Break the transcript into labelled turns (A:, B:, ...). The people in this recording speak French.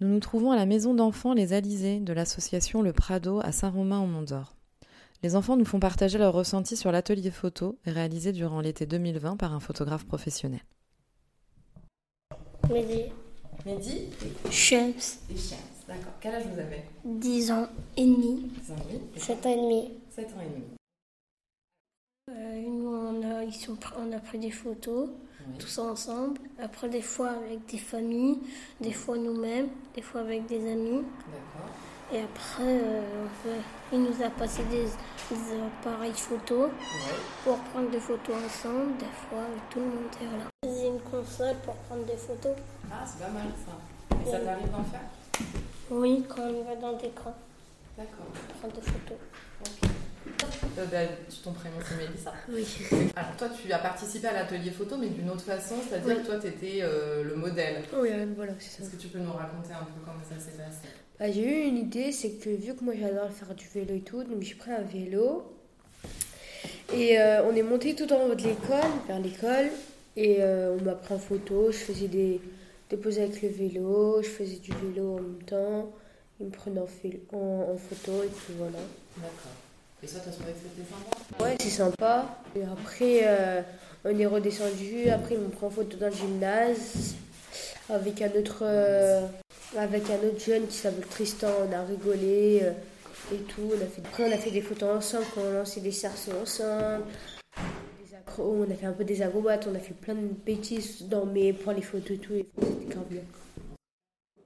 A: Nous nous trouvons à la maison d'enfants Les Alizés de l'association Le Prado à Saint-Romain-en-Mondor. Les enfants nous font partager leur ressenti sur l'atelier photo réalisé durant l'été 2020 par un photographe professionnel.
B: Mehdi.
A: Mehdi
B: Shams.
A: et Chance. D'accord. Quel âge vous avez
B: 10 ans et demi.
A: 10 ans et demi
B: 7 ans et demi.
A: 7 ans et demi.
B: Euh, nous, on a, ils sont, pr- on a pris des photos,
A: Oui.
B: tous ensemble. Après, des fois avec des familles, des fois nous-mêmes, des fois avec des amis.
A: D'accord.
B: Et après, euh, on fait- il nous a passé des, des appareils photos
A: Ouais.
B: pour prendre des photos ensemble, des fois avec tout le monde. Et voilà. J'ai une console pour prendre des photos.
A: Ah, c'est pas mal ça. Et ça t'arrive d'en faire
B: Oui, quand on va dans des camps,
A: D'accord.
B: prendre des photos.
A: Euh, ben, ton prénom c'est Mélissa.
B: Oui.
A: Alors toi tu as participé à l'atelier photo mais d'une autre façon, c'est-à-dire que toi tu étais le modèle.
C: Oui, euh, voilà, c'est ça.
A: Est-ce que tu peux nous raconter un peu comment ça s'est passé
C: Bah, j'ai eu une idée, c'est que vu que moi j'adore faire du vélo et tout, donc j'ai pris un vélo. Et euh, on est monté tout en haut de l'école, vers l'école, et euh, on m'a pris en photo, je faisais des, des poses avec le vélo, je faisais du vélo en même temps, ils me prenaient en, fil- en- en photo, et puis voilà.
A: D'accord. Et ça t'as trouvé que c'était sympa
C: Ouais, c'est sympa. Et après, euh, on est redescendu. Après, ils m'ont pris en photo dans le gymnase avec un autre, euh, avec un autre jeune qui s'appelle Tristan. On a rigolé euh, et tout. On a fait, après, on a fait des photos ensemble, quand on a lancé des cerceaux ensemble. Des accros, on a fait un peu des acrobates, on a fait plein de bêtises dans mes, pour les photos et tout. Et c'était grave bien.